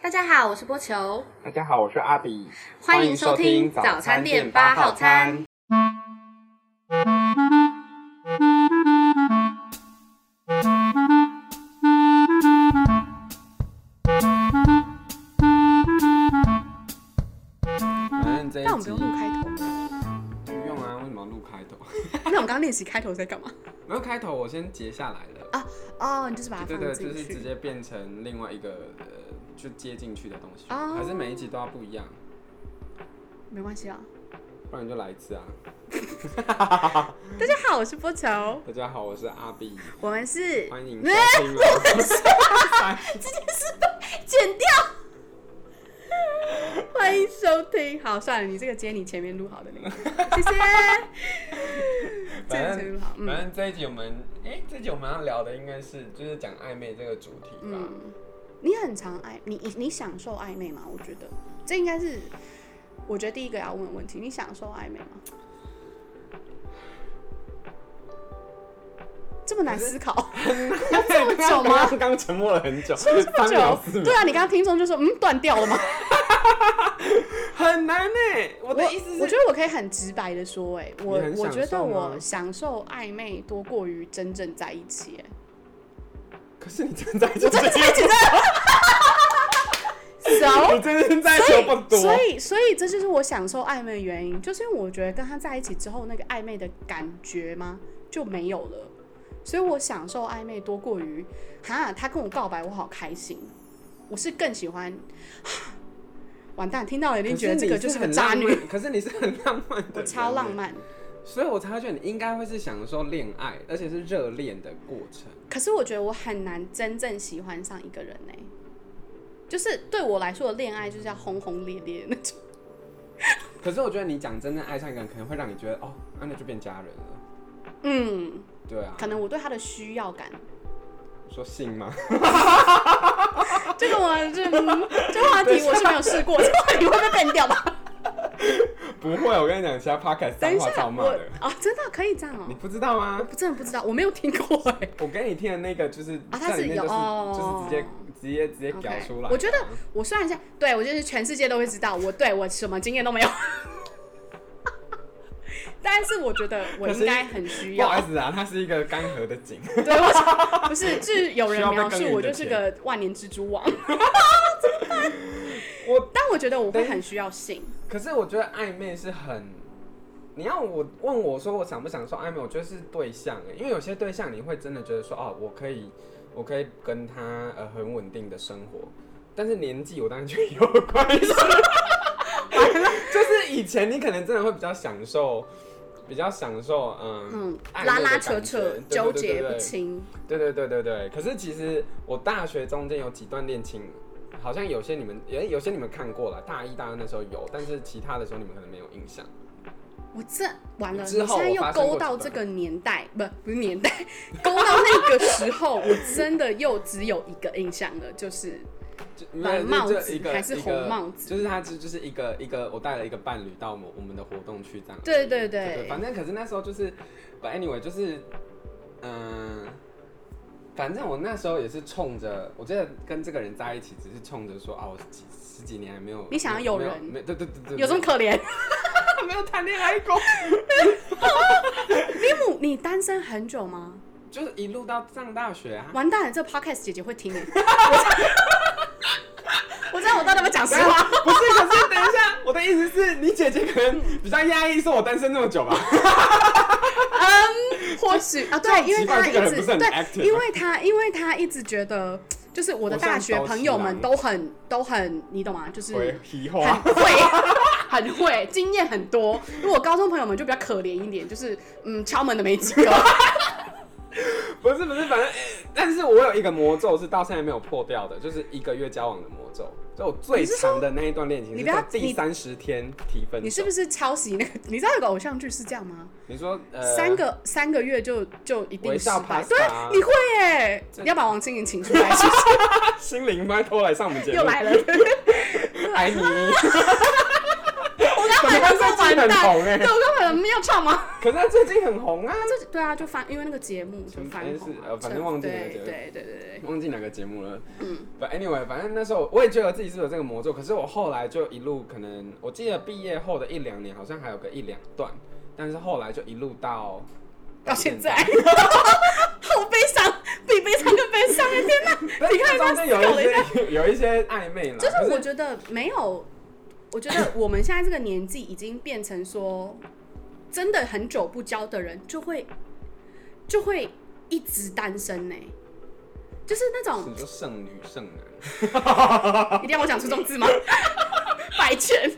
大家好，我是波球，大家好，我是阿比，欢迎收听早餐店八号餐。。反正这但我一们不集用录开头吗？不用啊，为什么要录开头？ 那我们刚刚练习开头在干嘛？没有开头，我先截下来了。哦，你就是把它对放对，进就去。是直接变成另外一个呃，就接进去的东西，哦还是每一集都要不一样，没关系啊。不然就来一次啊。大家好，我是波球，大家好，我是阿 B，我们是欢迎收听哦。剪掉。 欢迎收听，好，算了，你这个接你前面录好的那 个，谢谢。这个反前面正录好，反嗯正这一集我们，哎、这一集我们要聊的应该是就是讲暧昧这个主题吧。 嗯，你很常暧，你你你享受暧昧吗？我觉得这应该是，我觉得第一个要问的问题，你享受暧昧吗？这么难思考。这么久吗刚刚刚沉默了很久，这么三秒四久，秒对，啊，你刚刚听众就说，嗯，断掉了吗？很难呢、 欸我的意思我是，觉得我可以很直白的说、哎，我你很我享觉得受吗我享受暧昧多过于真正在一起、 可是你真在哎，就我真的 在一起真的，so 你真正在所就以，不多。所以，所以这就是我享受暧昧的原因，就是因为我觉得跟他在一起之后，那个暧昧的感觉吗就没有了。所以我享受暧昧多过于，哈，他跟我告白，我好开心。我是更喜欢，完蛋，听到了一可定是觉得这个就是你个很渣浪女，漫，可是你是很浪漫的我人超浪欸，漫。所以我才会觉得你应该会是享受恋爱，而且是热恋的过程。可是我觉得我很难真正喜欢上一个人呢、就是对我来说，恋爱就是要轰轰烈烈的那种。可是我觉得你讲真正爱上一个人，可能会让你觉得哦，那、你就变家人了。嗯，对啊，可能我对他的需要感说性吗？这个我这嗯这个话题我是没有试过，这个话题会被 ban 掉吧？不会，我跟你讲，其他 podcast 等脏一话下，超骂我的，啊，真的可以这样哦你、不知道吗我？不真的不知道，我没有听过哎、 我给你听的那个就是啊它在里是面有就是、哦就是直接直接直接搞 OK，出来的啊。我觉得我虽然像对我就是全世界都会知道，我对我什么经验都没有， 但是我觉得我应该很需不好意要。思啊，它是一个干涸的井。 对，我不是，就是有需人要被描耕述耘我的就是个万年蜘蛛网，我但我觉得我会等一很需要性。可是我觉得暧昧是很，你要我问我说我想不想说暧昧，我觉得是对象欸，因为有些对象你会真的觉得说哦，我可以我可以跟他呃很稳定的生活，但是年纪我当然觉得有关系。 就是以前你可能真的会比较享受，比较享受嗯嗯，暧昧拉的拉感扯觉扯，对纠对对结对不清。对对对对对。可是其实我大学中间有几段恋情，好像有些你们也有些你们看过了，大一大二那时候有，但是其他的时候你们可能没有印象。我这完了，你之现后在我又发生勾过到几这段个年代，不不是年代， 勾到那个时 候，我真的又只有一个印象了，就是就蓝帽子就一个还是红帽子，就是他就就是一个一个我带了一个伴侣到我们我们的活动去这样。对对对对反正可是那时候就是，but anyway 就是，嗯、反正我那时候也是冲着，我觉得跟这个人在一起只是冲着说啊，我几十几年还没有，你想要有没人没对对对对，有这么可怜。没有谈恋爱过，李姆，你单身很久吗？就是一路到上大学啊。 完蛋了，这个 podcast 姐姐会听耶。我知道我到底要不要讲实 话，不是，可是等一下，我的意思是你姐姐可能比较压抑，说我单身那么久吧。或许啊，对，因为奇她怪一这个人直不是很 active 啊对，吗因为她因为她一直觉得，就是我的我像大学刀朋西友郎们都很都很，你懂吗？就是回皮啊很话，会， 很会，经验很多。如果高中朋友们就比较可怜一点，就是嗯，敲门的没几 个。不是不是，反正，但是我有一个魔咒是到现在没有破掉的，就是一个月交往的魔咒。就我最长的那一段恋情你是不要在第三十天提分手。你是不是抄袭那个？ 你知道有个偶像剧是这样吗？你说呃三 个三个月就就一定微失笑败？ pasta 对，你会耶！你要把王心凌请出 来，是不是心灵麦偷来上我们节目？哎又来了？爱你，我刚买怎么了会在购完很蛋红哎、对，我根本没有唱嘛。可是他最近很红啊， 这对啊，就翻，因为那个节目就翻哎红是啊呃反正忘记了对对对对对对，忘记哪个节目了。嗯，But anyway，反正那时候我也觉得自己是有这个魔咒，可是我后来就一路可能，我记得毕业后的一两年好像还有个一两段，但是后来就一路到到现在，， 好悲伤，比悲伤更悲伤。天哪！但是你看中间有他一些有一些暧昧啦，就是可我觉得没有，我觉 得我们现在这个年纪已经变成说，真的很久不交的人就会就会一直单身呢、就是那种是你说剩女剩男，一定要我讲出中字吗？ 百钱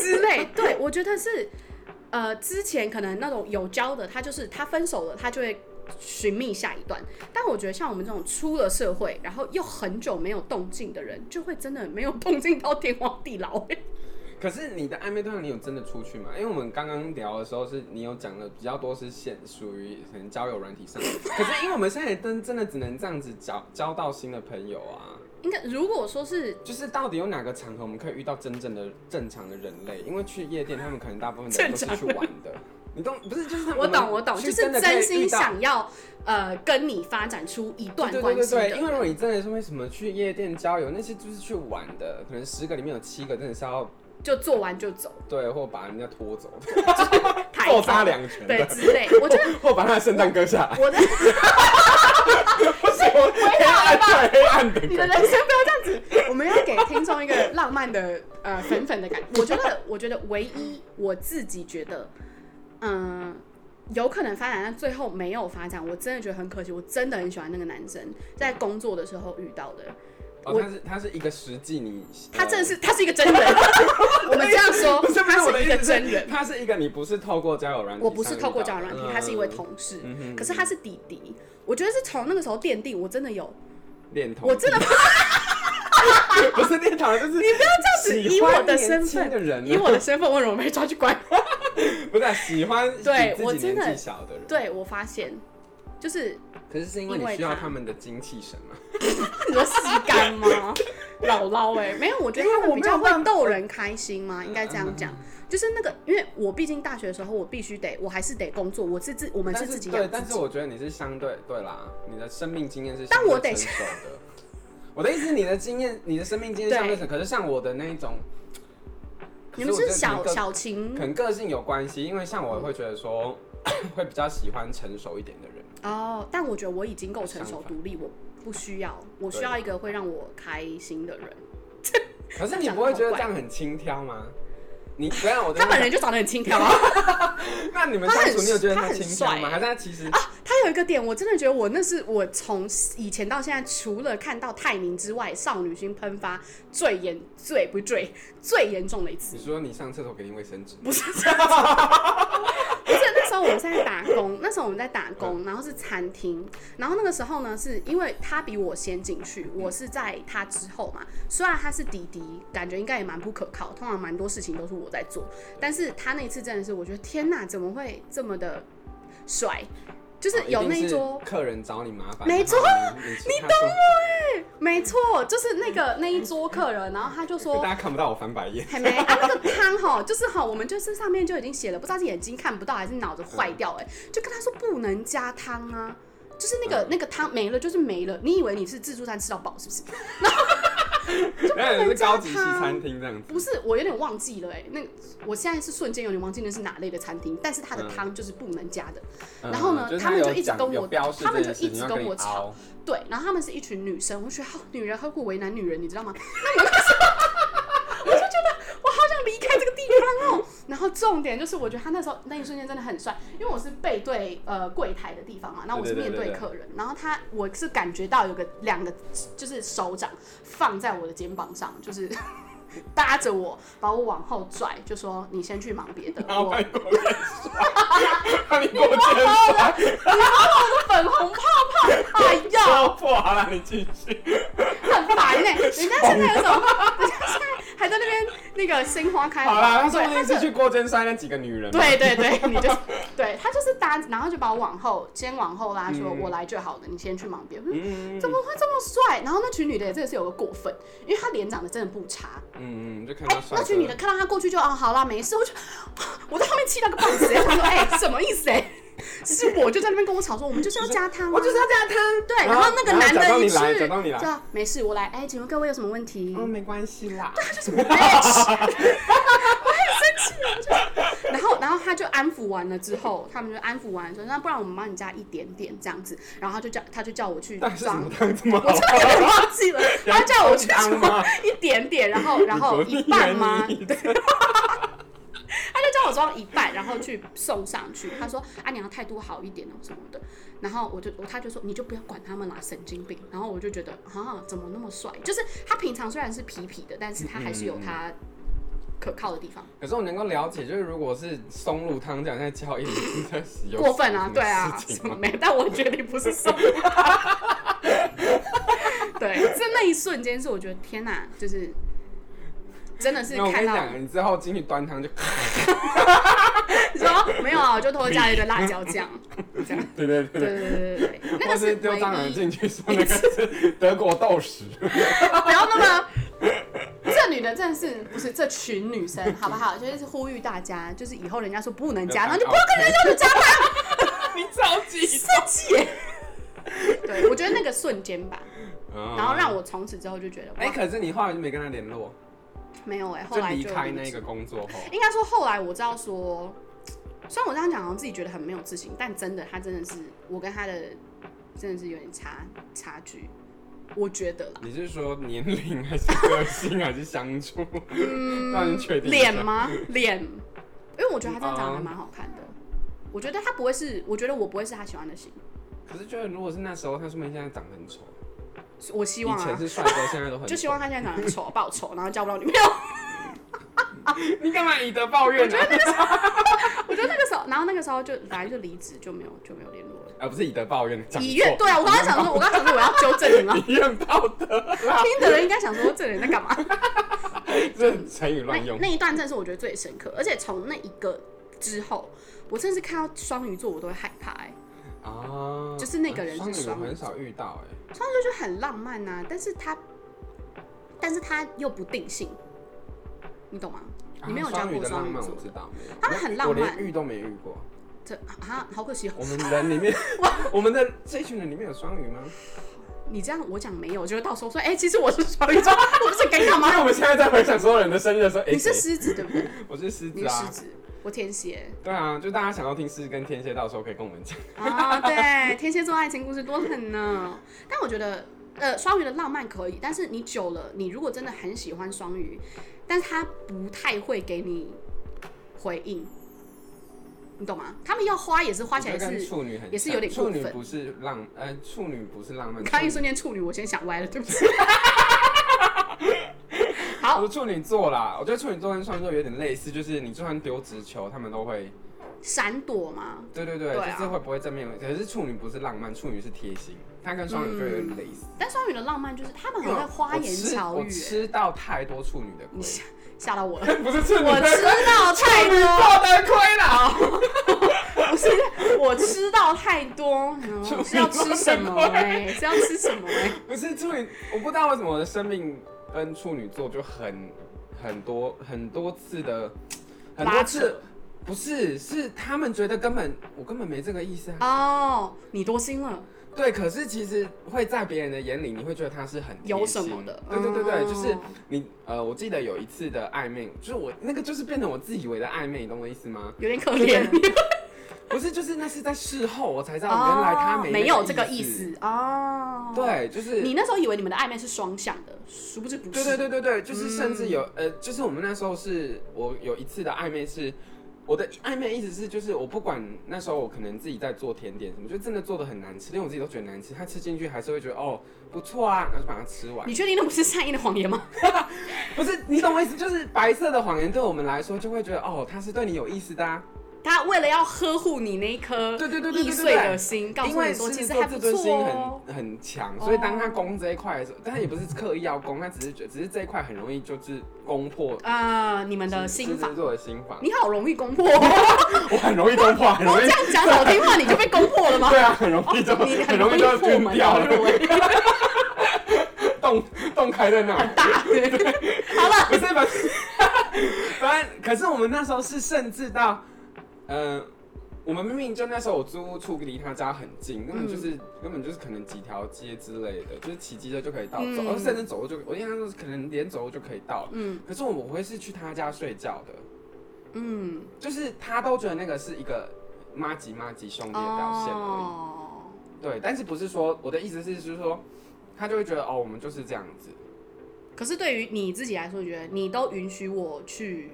之类，对我觉得是，呃，之前可能那种有交的，他就是他分手了，他就会寻觅下一段。但我觉得像我们这种出了社会，然后又很久没有动静的人，就会真的没有动静到天荒地老、欸。可是你的暧昧对象你有真的出去吗？因为我们刚刚聊的时候是你有讲的比较多是现属于可能交友软体上，可是因为我们现在真真的只能这样子交交到新的朋友啊。应该如果说是就是到底有哪个场合我们可以遇到真正的正常的人类？因为去夜店，他们可能大部分的人都是去玩的。你懂？不是，就是他们我懂我懂，去就是真的可以真心遇到想要呃跟你发展出一段对对关对系对，因为的。如果你真的是为什么去夜店交友，那些就是去玩的，可能十个里面有七个真的是要就做完就走，对，或把人家拖走，太揍他两拳对的，之类。我觉得或把他的肾脏割下来。我的不是我黑暗对黑暗的你的人生不要这样子，我们要给听众一个浪漫的呃粉粉的感觉。我觉得，我觉得唯一我自己觉得，嗯、有可能发展，但最后没有发展，我真的觉得很可惜。我真的很喜欢那个男生，在工作的时候遇到的，哦，我他是他是一个实际你，他呃真的是他是一个真人， 我们这样说，嗯 不是不是他我是的一意个思是真人。他是一个你不是透过交友软体上遇到的，我不是透过交友软体，他是一位嗯同事，嗯哼可是他是弟弟。我觉得是从那个时候奠定，我真的有，恋童，我真的 不是恋童，就是你不要这样子，以喜欢我的年身轻份的人啊 以我的身份，为什么被抓去 关？不是啊、喜欢比对自己我真的年纪小的人，对我发现，就是可是是因为因你为需要他他们的精气神嘛？你说吸干吗？ 姥姥哎，没有，我觉得因为他我们比较没有办会法逗人开心嘛，嗯应该这样讲。就是那个，因为我毕竟大学的时候，我必须得，我还是得工作，我是自我们但是是自己对养，自但是己。我觉得你是相对对啦，你的生命经验是但相对我得成熟 的。我的意思，是你的经验，你的生命经验对相对成熟，可是像我的那一种，你们可是我觉得可能小个小情可能个性有关系，因为像我会觉得说， 会比较喜欢成熟一点的人。哦，但我觉得我已经够成熟想法独立，我不需要，我需对要一个会让我开心的人。可是这样你讲不会好觉得怪这样很轻佻吗？你不要我的他本人就长得很轻佻啊。 那你们他相很处，你有觉得他很轻佻帅啊吗？还是他其实他有一个点，我真的觉得我那是我从以前到现在，除了看到泰宁之外，少女心喷发最严最不是最最严重的一次你。说你上厕所给你卫生纸，不是这样子，不是那时候我们是在打工，那时候我们在打工，然后是餐厅，然后那个时候呢，是因为他比我先进去，我是在他之后嘛。虽然他是弟弟，感觉应该也蛮不可靠，通常蛮多事情都是我在做，但是他那一次真的是，我觉得天哪，怎么会这么的帅？就是哦有定那一是桌客人找你麻烦，没错然后你，你懂没错，就是那个那一桌客人，然后他就说大家看不到我翻白眼，还没啊，那个汤哈，就是哈，我们就是上面就已经写了，不知道是眼睛看不到还是脑子坏掉、哎，就跟他说不能加汤啊，就是那个那个汤没了，就是没了。你以为你是自助餐吃到饱是不是？ 然后也是高级西叫他餐厅这样子。不是，我有点忘记了、哎，那个我现在是瞬间有点忘记那是哪类的餐厅，但是他的嗯汤就是不能加的。嗯然后呢是他们就有一直讲跟我有标示他们就这件事一直情跟要我你凹对，然后他们是一群女生，我就觉得哦，女人何苦为难女人，你知道吗？ 那我那时候我就觉得我好想离开这个地方哦。然后重点就是，我觉得他那时候那一瞬间真的很帅，因为我是背对呃柜台的地方嘛，然后我是对对面对对对客人，然后他我是感觉到有个两个就是手掌放在我的肩膀上，就是 搭着我，把我往后拽，就说你先去忙别 的， 然后我翻过来刷，把你过 肩刷，粉红泡泡，哎呀！戳破好了，你继续。欸 很烦呢、人家现在有种，人家现在还在那边那个心花开好啦，他说对不定他是就去过肩摔那几个女人。，对 对对，你就是对他就是搭，然后就把我往后先往后拉，说嗯我来就好了，你先去忙别人。嗯怎么会这么帅？然后那群女的也真的是有个过分，因为她脸长得真的不差。嗯嗯，就看哎、到帅。那群女的，看到她过去就哦，好啦，没事。我就我在后面气到个半死，我说哎、什么意思、哎，是我就在那边跟我吵说，我们就是要加汤、啊，我就是要这样看。对。然后那个男假装的你一来，假去，装你来。就没事，我来。哎、请问各位有什么问题？哦，没关系啦。 bitch 我很生气，我就然后然后他就安抚完了之后，他们就安抚完了说，那不然我们帮你加一点点这样子，然后他就叫他就叫我去到底是怎装么。当这么我好真？的有点忘 记了，他叫我去阳光装吗一点点，然后然后一半吗？你多腻啊他就叫我装一半，然后去送上去。他说啊，你要态度好一点哦什么的。然后我就我他就说你就不要管他们啦，神经病。然后我就觉得啊，怎么那么帅？就是他平常虽然是痞痞的，但是他还是嗯有他可靠的地方。你可是我能够了解，就是如果是松露汤这样在叫一零在使用，过分啊，对啊，什么没？ 但我觉得你不是送我。 对，是那一瞬间是我觉得天哪，就是真的是那我跟看你到，讲，你之后进去端汤就， 你 说没有啊，我就偷加了一个辣 椒酱，这样，对对对对对对。对对对，那或个是是丢蟑螂唯一，进去说那个是德国豆豉，不要那么。这女的真的是不是这群女生，好不好？就是呼吁大家，就是以后人家说不能加，那就不要跟人家说你加吧，你着急。生 气耶。对，我觉得那个瞬间吧，然后让我从此之后就觉得，嗯啊哎，哇，可是你后来就没跟他联络，没有哎、后就来离就开离那职个工作后，应该说后来我知道说，虽然我这样讲好像自己觉得很没有自信，但真的他真的是我跟他的真的是有点差差距，我觉得 啦。你是说年龄还是个性还是相处？ 让人确定一下嗯脸？吗？脸，因为我觉得他真的长得还蛮好看的。我觉得他不会是，我觉得我不会是他喜欢的型，可是觉得如果是那时候，他说明现在长得很丑，我希望以前啊，是帅哥，现在都很就希丑。望他现在长得 很丑，啊爆丑，然后交不到女朋友。 你干嘛以德报怨啊呢？我觉得那个时候，然后那个时候就反正就离职，就没有就没有联络了。啊，不是以德报怨，讲以错怨，对啊，我刚刚想说，我刚刚想说我要纠正 你嘛，以怨报德，听的人应该想说这人在干嘛？这成语那乱用。那一段真的是我觉得最深刻，而且从那一个之后，我甚至看到双鱼座我都会害怕、欸，啊，就是那个人是啊双双鱼鱼，我很少遇到哎、双鱼座就很浪漫呐、但是他，但是他又不定性，你懂吗？啊你没有交双鱼过的浪双鱼漫，我座知，道，没有他们很浪我漫连遇都没遇 过。这啊好可惜哦，我们人里面，我们的这群人里面有双鱼吗？你这样我讲没有，就会到时候说，哎、其实我是双鱼座，我不是尴尬因为吗？我们现在在回想所有人的生日的 时候，哎、你是谁狮子对不对？我是狮你子是狮啊，子，我天蝎对啊，就大家想要听狮子跟天蝎，到时候可以跟我们讲。啊，对，天蝎座爱情故事多狠呢。但我觉得，呃，双鱼的浪漫可以，但是你久了，你如果真的很喜欢双鱼，但是他不太会给你回应，你懂吗？他们要花也是花起来我觉得跟是，处女很像也是有点处过女分不是浪，呃，处女不是浪漫。你刚一处瞬间处女，我先想歪了，对不 起。好我处女座啦，我觉得处女座跟双鱼座有点类似，就是你就算丢直球，他们都会，闪躲嘛，对对对，对啊就是会不会正面？可是处女不是浪漫，处女是贴心，它跟双鱼就有点类似。但双鱼的浪漫就是他们很会花言巧我语、吃，我吃到太多处女的你亏，吓吓到我了， 不是处女我的吃 到太多。道德亏啦。 不是，我吃到太多， 嗯处女是要吃什么哎、是要吃什么哎、不是处女，我不知道为什么我的生命跟处女座就很很多很多次的很多拉扯次，不是是他们觉得根本我根本没这个意思啊。哦，你多心了，对，可是其实会在别人的眼里，你会觉得他是很有贴心什么的对对对对，嗯就是你呃，我记得有一次的暧昧，就是我那个就是变成我自以为的暧昧，你懂我的意思吗？有点可怜。不是，就是那是在事后我才知道，哦原来他没没有那这个意。思哦。，对，就是你那时候以为你们的暧昧是双向的，殊不知不是。对对对对对，就是嗯甚至有、呃，就是我们那时候是我有一次的暧昧是。我的暧昧意思是，就是我不管那时候我可能自己在做甜点什么，就真的做的很难吃，连我自己都觉得难吃。他吃进去还是会觉得哦不错啊，然后就把它吃完。你确定那不是善意的谎言吗？ 不是你懂我意思，就是白色的谎言对我们来说就会觉得哦他是对你有意思的、啊，他为了要呵护你那一颗对对对对易对碎对的对。心，告因诉为你说狮其子实座还自不尊错心哦。很很强，所以当他攻这一块的时候，但他也不是刻意要攻，他只是觉，只是这一块很容易就是攻破啊、你们的狮心狮法子，座的心法。你好容易攻破、哦，我很容易攻破， 很容易这，样讲好听话你就被攻破了吗？ 对啊，很容易就你很容易就破晕门掉而了，入，哎洞洞开在那。很大。 对不是，反正 反正，可是我们那时候是甚至到，呃，我们明明就那时候我租屋处离他家很近，根本就是、嗯根本就是可能几条街之类的，就是骑机车就可以到，走、嗯呃甚至走路就，我印象中是可能连走路就可以到。嗯可是我我会是去他家睡觉的，嗯，就是他都觉得那个是一个妈吉妈吉兄弟的表现而已。哦，对，但是不是说我的意思是，就是说他就会觉得哦，我们就是这样子。可是对于你自己来说，你觉得你都允许我去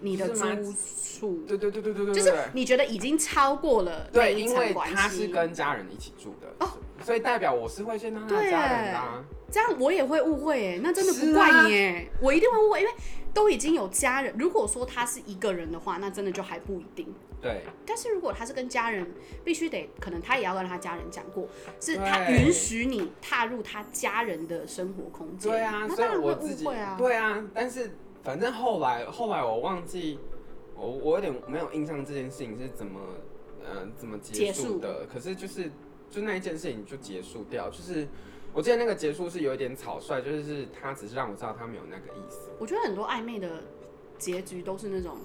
你的是租吗屋处，对对对对对对对，就是你觉得已经超过了那对，一因层为关系。他是跟家人一起住的，所以代表我是会先当他的哦对家人的啊。这样我也会误会哎、那真的不是怪啊你哎、我一定会误会，因为都已经有家人。如果说他是一个人的话，那真的就还不一定。对，但是如果他是跟家人，必须得可能他也要跟他家人讲过，是对他允许你踏入他家人的生活空间。对啊，那所当以然我会自己误会啊。对啊，但是反正后来后来我忘记，我我有点没有印象这件事情是怎么呃怎么结结束束的，可是就是就那一件事情就结束掉，就是我记得那个结束是有一点草率，就是他只是让我知道他没有那个意思。我觉得很多暧昧的结局都是那种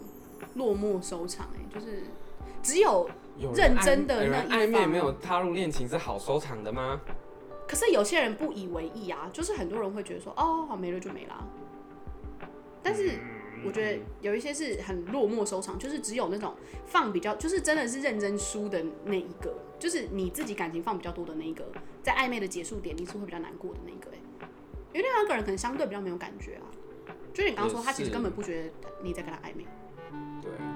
落寞收场哎、就是只有，有人认暧真的有人那一暧昧方没有踏入恋情是好收场的吗？可是有些人不以为意啊，就是很多人会觉得说哦，好没了就没了啊。但嗯是我觉得有一些是很落寞收场，就是只有那种放比较，就是真的是认真输的那一个，就是你自己感情放比较多的那一个，在暧昧的结束点，你是会比较难过的那一个、欸，因为另外一个人可能相对比较没有感觉啊。就你刚刚说，也他其实是根本不觉得你在跟他暧昧，对。啊